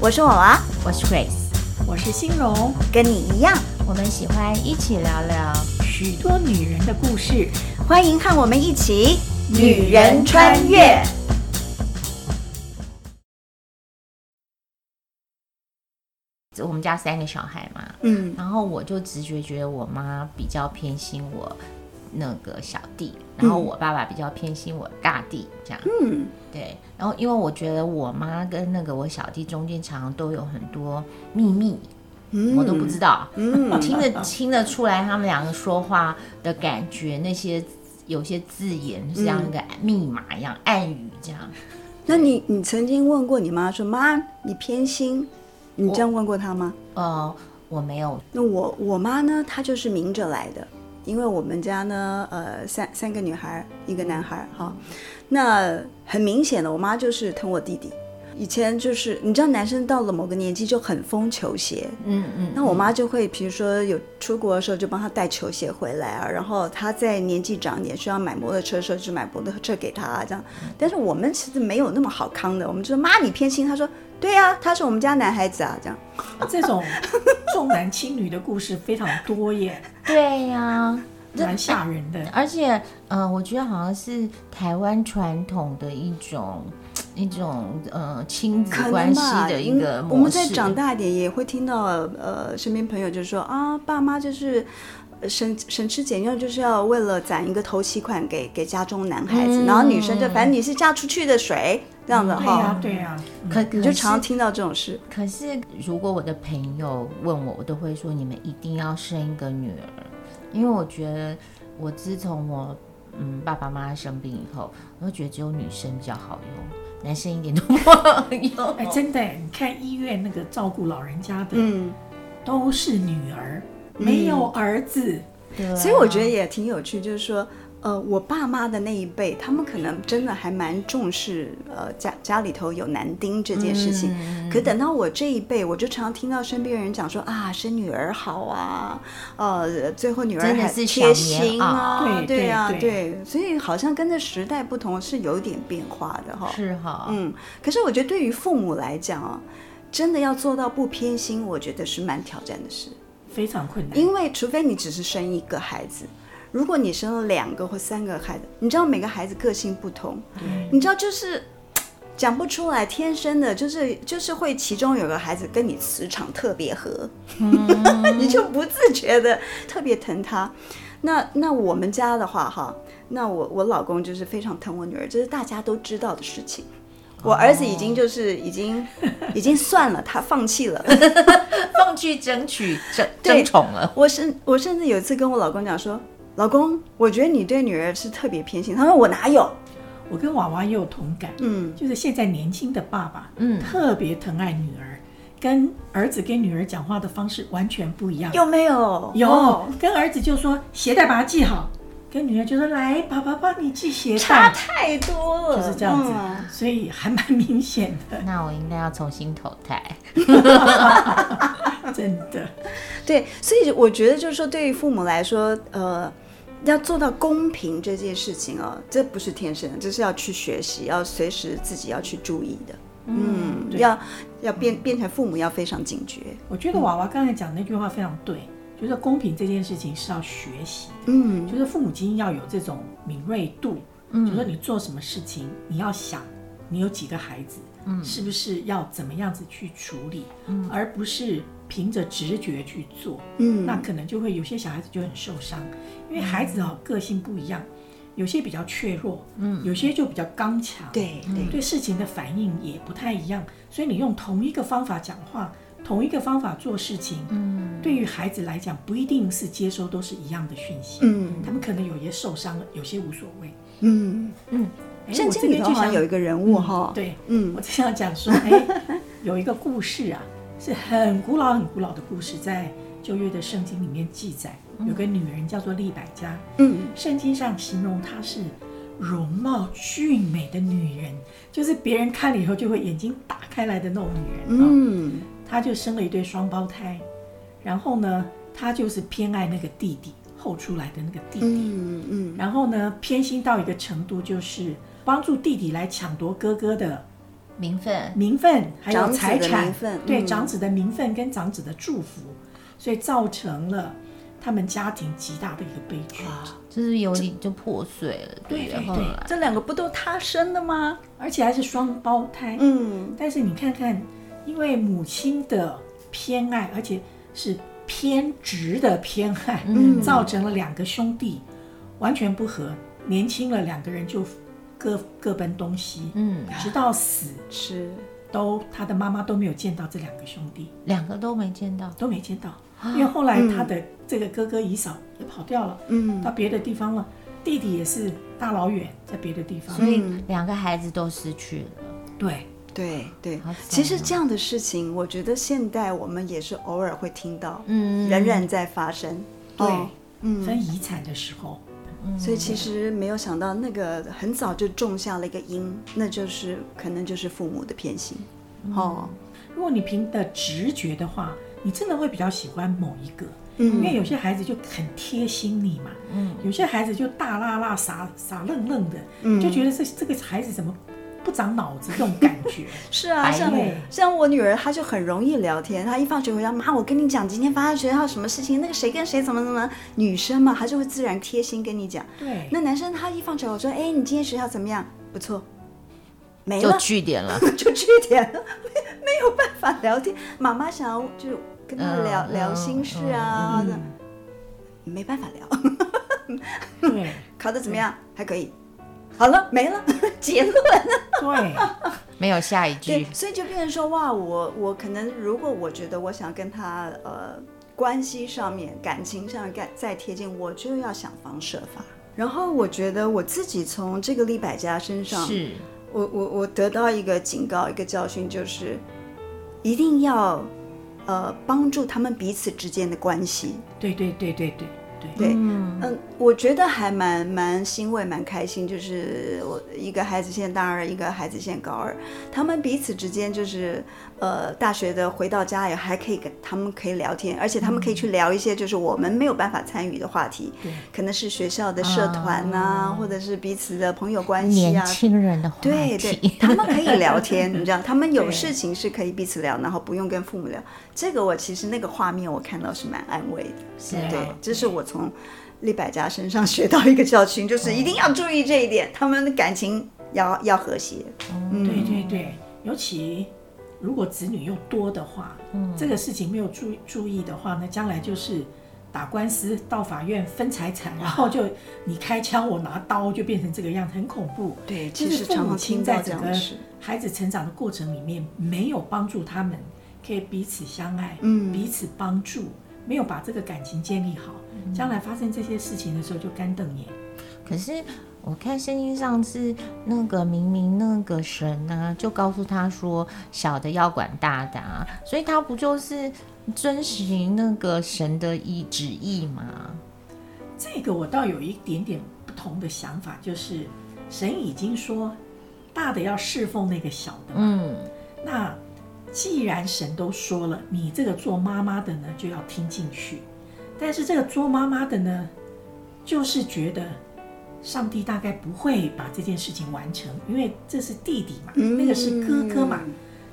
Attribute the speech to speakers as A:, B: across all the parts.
A: 我是娃娃，我是 Grace，
B: 我是欣荣，
A: 跟你一样，
C: 我们喜欢一起聊聊。
B: 许多女人的故事。
A: 欢迎和我们一起
B: 女人穿越。
C: 我们家三个小孩嘛，
A: 嗯，
C: 然后我就直觉觉得我妈比较偏心我那个小弟，然后我爸爸比较偏心我大弟，这样。
A: 嗯，
C: 对，然后因为我觉得我妈跟那个我小弟中间常常都有很多秘密，
A: 嗯
C: 我都不知道，
A: 嗯
C: 听得听得出来他们两个说话的感觉，那些有些字眼就像那个
A: 嗯
C: 密码一样，暗语这样。
D: 那你你曾经问过你妈说妈你偏心，你这样问过她吗？
C: 呃，我没有，
D: 那我我妈呢，她就是明着来的，因为我们家呢，呃，三三个女孩一个男孩哈，那很明显的，我妈就是疼我弟弟。以前就是你知道，男生到了某个年纪就很疯球鞋，
C: 嗯嗯，
D: 那我妈就会，比如说有出国的时候就帮他带球鞋回来啊，然后他在年纪长一点需要买摩托车的时候就买摩托车给他啊，这样。
C: 嗯
D: 但是我们其实没有那么好康的，我们就说妈你偏心，他说对呀、他是我们家男孩子啊，这样。
B: 这种重男轻女的故事非常多耶，
C: 对呀、
B: 蛮吓人的。
C: 而且，呃，我觉得好像是台湾传统的一种一种呃亲
D: 可
C: 子关
D: 能
C: 系
D: 吧，
C: 的一
D: 因
C: 个
D: 我
C: 模
D: 们
C: 式。
D: 再长大一点也会听到，呃，身边朋友就说啊，爸妈就是呃省省吃俭用，就是要为了攒一个头期款给给家中男孩子，
C: 嗯
D: 然后女生就反正你是嫁出去的水这样的
B: 对
D: 哈，
B: 呀、对呀、嗯
C: 可
D: 你
C: 可
D: 就是常常听到这种事。
C: 可是，如果我的朋友问我，我都会说你们一定要生一个女儿，因为我觉得我自从我嗯爸爸妈妈生病以后，我就觉得只有女生比较好用，男生一点都不好用。
B: 哎，真的耶，你看医院那个照顾老人家的、
D: 嗯，
B: 都是女儿，没有儿子。
C: 对啊
D: 所以我觉得也挺有趣，就是说，呃，我爸妈的那一辈，他们可能真的还蛮重视呃家家里头有男丁这件事情。
C: 嗯
D: 可等到我这一辈，我就常听到身边人讲说啊，生女儿好啊，呃，最后女儿
C: 真的
D: 还
C: 是小
D: 贴心
C: 棉
D: 啊，
B: 袄对
D: 对啊，
B: 对
D: 对，所以好像跟着时代不同是有点变化的哈。
C: 是哈，
D: 嗯，可是我觉得对于父母来讲啊，真的要做到不偏心，我觉得是蛮挑战的事。
B: 非常困难，
D: 因为除非你只是生一个孩子，如果你生了两个或三个孩子，你知道每个孩子个性不同，你知道就是嘖讲不出来，天生的就是就是会其中有个孩子跟你磁场特别合，
B: 嗯
D: 你就不自觉的特别疼他。那那我们家的话哈，那我我老公就是非常疼我女儿，这是大家都知道的事情。我儿子已经就是已经已经算了，他放弃了。
C: 放弃争取争
D: 对
C: 争宠了。
D: 我甚我甚至有一次跟我老公讲说，老公，我觉得你对女儿是特别偏心。他说我哪有？
B: 我跟娃娃也有同感。
D: 嗯，
B: 就是现在年轻的爸爸，
C: 嗯
B: 特别疼爱女儿，跟儿子跟女儿讲话的方式完全不一样。
D: 有没有？
B: 有、
D: 哦
B: 跟儿子就说鞋带把它系好，跟女儿就说来，爸爸帮你系鞋
D: 差
B: 带，
D: 太多了，
B: 就是这样子，
D: 嗯
B: 所以还蛮明显的，
C: 那我应该要重新投胎。
B: 真的。
D: 对，所以我觉得就是说，对于父母来说，呃，要做到公平这件事情哦，这不是天生的，这是要去学习，要随时自己要去注意的。嗯，
B: 对
D: 要要变变成父母要非常警觉。
B: 我觉得娃娃刚才讲那句话非常对，就是公平这件事情是要学习的，
D: 嗯
B: 就是父母亲要有这种敏锐度，嗯，就说你做什么事情，你要想你有几个孩子，嗯，是不是要怎么样子去处理，嗯，而不是凭着直觉去做，
D: 嗯，
B: 那可能就会有些小孩子就很受伤，因为孩子哦个性不一样，有些比较怯弱，嗯，有些就比较刚强，
D: 对对。
B: 对事情的反应也不太一样，所以你用同一个方法讲话，同一个方法做事情，嗯，对于孩子来讲，不一定是接收都是一样的讯息，
D: 嗯
B: 他们可能有些受伤了，有些无所谓。
D: 嗯，
B: 哎
D: 圣
B: 我这
D: 经里
B: 边
D: 头
B: 就
D: 好像
B: 想
D: 有一个人物哈、
B: 对，
D: 嗯
B: 我只想 讲说，哎，有一个故事啊，是很古老很古老的故事，在旧约的圣经里面记载，有个女人叫做利百加，
D: 嗯，
B: 圣经上形容她是容貌俊美的女人，就是别人看了以后就会眼睛打开来的那种女人。嗯，
D: 嗯
B: 她就生了一对双胞胎，然后呢，她就是偏爱那个弟弟后出来的那个弟弟，
D: 嗯嗯
B: 然后呢，偏心到一个程度，就是帮助弟弟来抢夺哥哥的
C: 名分，
B: 名分，还有
D: 长子
B: 财
D: 的
B: 产，
D: 名分
B: 对
D: 嗯
B: 长子的名分跟长子的祝福，所以造成了他们家庭极大的一个悲剧。
C: 就是有点就破碎了，对不
B: 对对
C: 后来
D: 这两个不都他生的吗？
B: 而且还是双胞胎。
D: 嗯，
B: 但是你看看，因为母亲的偏爱，而且是偏执的偏爱，
C: 嗯
B: 造成了两个兄弟完全不和，年轻了两个人就各各奔东西，
C: 嗯，
B: 直到死
D: 是
B: 都他的妈妈都没有见到这两个兄弟，
C: 两个都没见到，
B: 都没见到，
D: 啊
B: 因为后来他的这个哥哥姨嫂也跑掉了，
D: 嗯
B: 到别的地方了，弟弟也是大老远在别的地方，
C: 所以两个孩子都失去了，
B: 对，
D: 对对
C: 好惨，
D: 其实
C: 哦
D: 这样的事情，我觉得现代我们也是偶尔会听到，
C: 嗯
D: 仍然在发生。
B: 对
D: 哦
B: 分遗产的时候，
D: 所以其实没有想到，那个很早就种下了一个因，那就是可能就是父母的偏心。哦，
B: 如果你凭的直觉的话，你真的会比较喜欢某一个，因为
D: 嗯，
B: 有些孩子就很贴心你嘛，嗯，有些孩子就大辣辣、傻傻愣愣的，
D: 嗯
B: 就觉得这这个孩子怎么不长脑子这种感 觉，
D: 是啊，
C: 白
D: 像
B: 目
D: 像我女儿，她就很容易聊天。她一放学回家，妈，我跟你讲，今天发生学校什么事情，那个谁跟谁怎么怎么，女生嘛，她就会自然贴心跟你讲。
B: 对，
D: 那男生他一放学，我说，哎，你今天学校怎么样？不错，没
C: 就
D: 了。
C: 据点了，
D: 就去点了，没没有办法聊天。妈妈想要就是跟他
C: 嗯
D: 聊、
C: 嗯
D: 聊心事啊，那、
B: 嗯
D: 没办法聊。
B: 对
D: 考的怎么样？还可以。好了，没了， 结论。
B: 对，
C: 没有下一
D: 对
C: 句，，
D: 所以就变成说，哇，我我可能如果我觉得我想跟他呃关系上面、感情上再再贴近，我就要想方设法。然后我觉得我自己从这个利百家身上，
C: 是
D: 我我我得到一个警告，一个教训，就是一定要呃帮助他们彼此之间的关系。
B: 对对对对对对，
D: 对，嗯我觉得还蛮蛮欣慰，蛮开心。就是我一个孩子现在大二，一个孩子现在高二，他们彼此之间就是呃大学的回到家也还可以跟他们可以聊天，而且他
C: 嗯
D: 们可以去聊一些就是我们没有办法参与的话题，可能是学校的社团呐、或者是彼此的朋友关系
C: 啊年
D: 啊
C: 轻人的话
D: 对对
C: 题，，
D: 他们可以聊 天，你知道，他们有
B: 对
D: 事情是可以彼此聊，然后不用跟父母聊。这个我其实那个画面我看到是蛮安慰的，
C: 是啊
D: 对，这是我从利百家身上学到一个教训，就是一定要注意这一点，他们的感情要要和谐。
B: 哦
D: 嗯
B: 对对对，尤其如果子女又多的话，
D: 嗯
B: 这个事情没有注注意的话，那将来就是打官司到法院分财产，
D: 啊
B: 然后就你开枪我拿刀，就变成这个样子，很恐怖。
D: 对
B: 就
D: 其
B: 是
D: 实
B: 父
D: 常
B: 母
D: 常
B: 亲
D: 听到
B: 在
D: 这
B: 整
D: 样
B: 个
D: 的事
B: 孩子成长的过程里面没有帮助他们，可以彼此相爱，
D: 嗯
B: 彼此帮助，没有把这个感情建立好，
D: 嗯
B: 将来发生这些事情的时候就干瞪眼。
C: 可是我看圣经上是那个明明那个神呢、就告诉他说小的要管大的、啊，所以他不就是遵循那个神的意旨意吗？
B: 这个我倒有一点点不同的想法，就是神已经说大的要侍奉那个小的嘛。
C: 嗯，
B: 那既然神都说了，你这个做妈妈的呢就要听进去，但是这个做妈妈的呢，就是觉得上帝大概不会把这件事情完成，因为这是弟弟嘛，那个是哥哥嘛，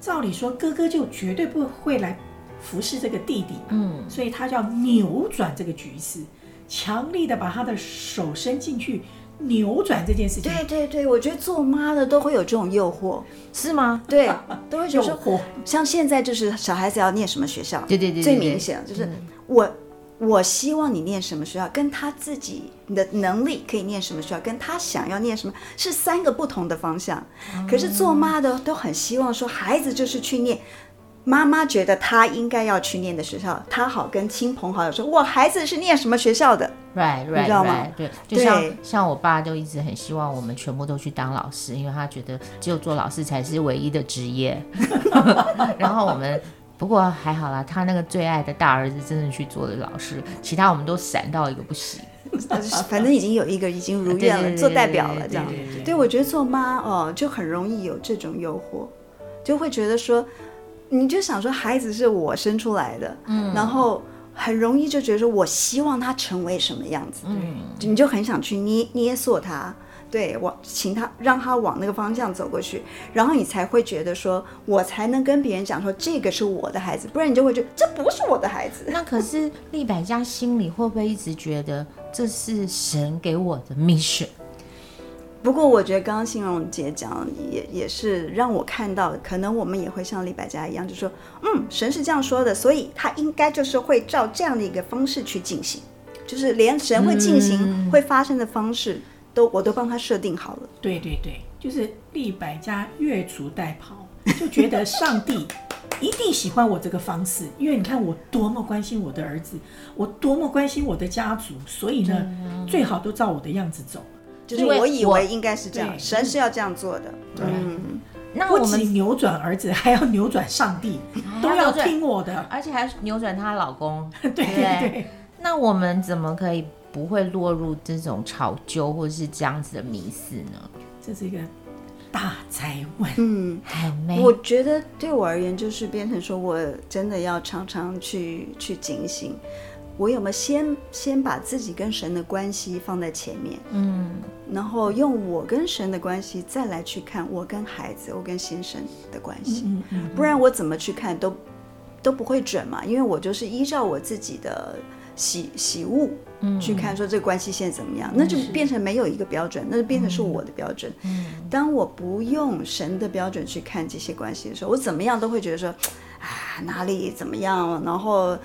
B: 照理说哥哥就绝对不会来服侍这个弟弟嘛，
C: 嗯
B: 所以他就要扭转这个局势，强力的把他的手伸进去扭转这件事情。
D: 对对对，我觉得做妈的都会有这种诱惑，
C: 是吗？
D: 对， 都会觉
B: 诱
D: 得说
B: 惑，
D: 像现在就是小孩子要念什么学校，
C: 对对嗯对对
D: 最
C: 对
D: 明显就是我、我希望你念什么学校，跟他自己的能力可以念什么学校，跟他想要念什么是三个不同的方向。
C: 嗯
D: 可是做妈的都很希望说孩子就是去念。妈妈觉得他应该要去念的学校，他好跟亲朋好友说，我孩子是念什么学校的，
C: Right, right,
D: 知道吗
C: right. 对，就像
D: 对
C: 像我爸就一直很希望我们全部都去当老师，因为他觉得只有做老师才是唯一的职业。 然后我们不过还好啦，他那个最爱的大儿子真的去做了老师，其他我们都闪到一个不行。
D: 就是反正已经有一个已经如愿
C: 对对
D: 了，
C: 对
D: 做代表了
C: 对对
D: 这样
B: 对对。对
D: 对，我觉得做妈哦，就很容易有这种诱惑，就会觉得说，你就想说孩子是我生出来的，嗯，然后很容易就觉得说我希望他成为什么样子，嗯，你就很想去捏捏塑他。对，往请他让他往那个方向走过去，然后你才会觉得说，我才能跟别人讲说这个是我的孩子，不然你就会觉得这不是我的孩子。
C: 那可是丽百家心里会不会一直觉得这是神给我的 mission？
D: 不过我觉得刚刚欣荣姐讲也也是让我看到，可能我们也会像李百家一样，就说，嗯，神是这样说的，所以他应该就是会照这样的一个方式去进行，就是连神会进行、会发生的方式都我都帮他设定好了。
B: 对对对，就是立百家越俎代庖，就觉得上帝一定喜欢我这个方式，因为你看我多么关心我的儿子，我多么关心我的家族，所以
C: 啊
B: 呢，最好都照我的样子走。
D: 就是
C: 因为
D: 我以
C: 我
D: 为应该是这样
B: 对，
D: 神是要这样做的。嗯，
C: 那
B: 不
C: 我
B: 仅
C: 们啊
B: 扭转儿子，还要扭转上帝，都要听我的。
C: 而且还扭转她 老公，
B: 对对
C: 对
B: 对，
C: 那我们怎么可以不会落入这种吵纠或是这样子的迷思呢？
B: 这是一个大灾问。
D: 嗯，
C: 很美，
D: 我觉得对我而言，就是变成说我真的要常常去去警醒，我有没有先先把自己跟神的关系放在前面，
C: 嗯，
D: 然后用我跟神的关系再来去看我跟孩子、我跟先生的关系，
B: 嗯嗯，
D: 不然我怎么去看都都不会准嘛，因为我就是依照我自己的喜喜恶。去看说这个关系现在怎么样，那就变成没有一个标准，那就变成是我的标准。当我不用神的标准去看这些关系的时候，我怎么样都会觉得说，啊哪里怎么样，然后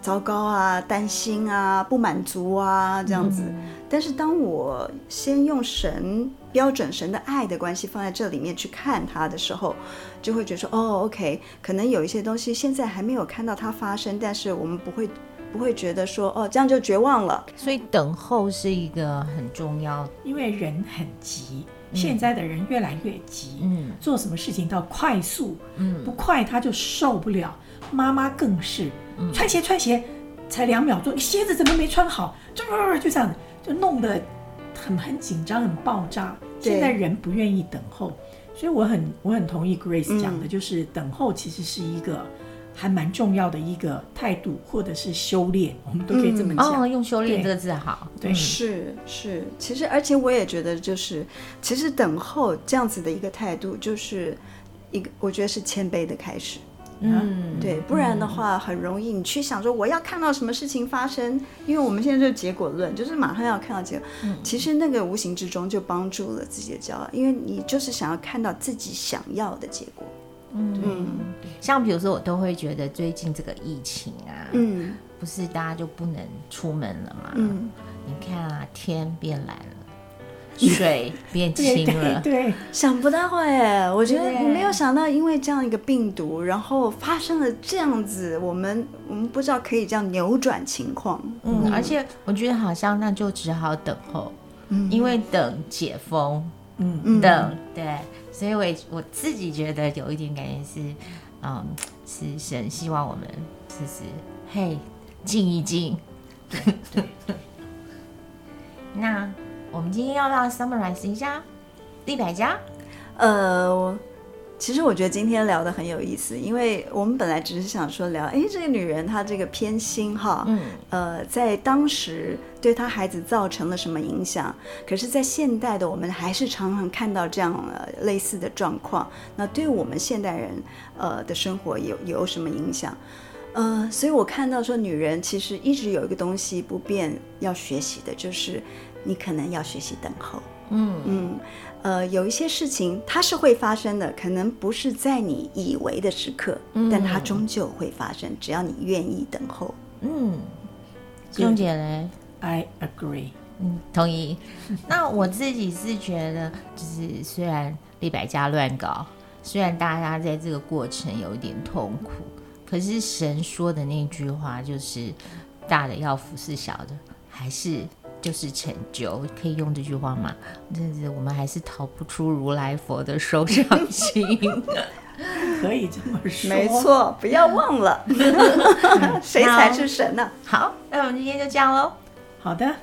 D: 糟糕啊，担心啊，不满足啊这样子。但是当我先用神标准、神的爱的关系放在这里面去看它的时候，就会觉得说，哦，OK，可能有一些东西现在还没有看到它发生，但是我们不会不会觉得说，哦，这样就绝望了。
C: 所以等候是一个很重要，
B: 因为人很急，现在的人越来越急，
C: 嗯
B: 做什么事情都要快速，
C: 嗯
B: 不快他就受不了。妈妈更是，穿鞋穿鞋，才两秒钟，你鞋子怎么没穿好？就就这样子，就弄得很很紧张，很爆炸。
D: 对
B: 现在人不愿意等候，所以我很我很同意 Grace 讲的，就是等候其实是一个还蛮重要的一个态度，或者是修炼，我们都可以这么讲。
C: 哦，用修炼
B: 啊对
C: 这个字好，
B: 对
C: 嗯
D: 是是，其实而且我也觉得，就是其实等候这样子的一个态度，就是一个我觉得是谦卑的开始。
C: 嗯，
D: 对，不然的话很容易你去想说我要看到什么事情发生，因为我们现在就结果论，就是马上要看到结果。
C: 嗯
D: 其实那个无形之中就帮助了自己的骄傲，因为你就是想要看到自己想要的结果。嗯
C: 像比如说我都会觉得最近这个疫情啊，
D: 嗯
C: 不是大家就不能出门了嘛，
D: 嗯，
C: 你看啊，天变蓝了，水变
B: 对
C: 清
B: 对
C: 了，
B: 对，
D: 想不到哎，我觉得
C: 对
D: 没有想到，因为这样一个病毒，然后发生了这样子，我们我们不知道可以这样扭转情况。
C: 嗯，而且我觉得好像那就只好等候，因为等解封，
B: 嗯
D: 嗯
C: 等对，所以我也我自己觉得有一点感觉是，嗯，是神希望我们就是嘿静一静。 那我们今天要不要 summarize 一下立百家？
D: 呃，我其实我觉得今天聊的很有意思，因为我们本来只是想说聊，哎，这个女人她这个偏心哈，
C: 嗯，
D: 呃，在当时对她孩子造成了什么影响？可是，在现代的我们还是常常看到这样呃类似的状况，那对我们现代人呃的生活有有什么影响？呃，所以我看到说，女人其实一直有一个东西不变要学习的，就是你可能要学习等候。嗯，呃，有一些事情它是会发生的，可能不是在你以为的时刻，但它终究会发生，只要你愿意等候。
C: 嗯，钟姐嘞？
B: I agree。
C: 嗯，同意。 那我自己是觉得，就是虽然立百家乱搞，虽然大家在这个过程有一点痛苦，可是神说的那句话就是“大的要服侍小的”，还是就是成就，可以用这句话吗？真是我们还是逃不出如来佛的手掌心。
B: 可以这么说，
D: 没，错，不要忘 了，谁才是神呢、
C: 好，那我们今天就这样喽。
B: 好的，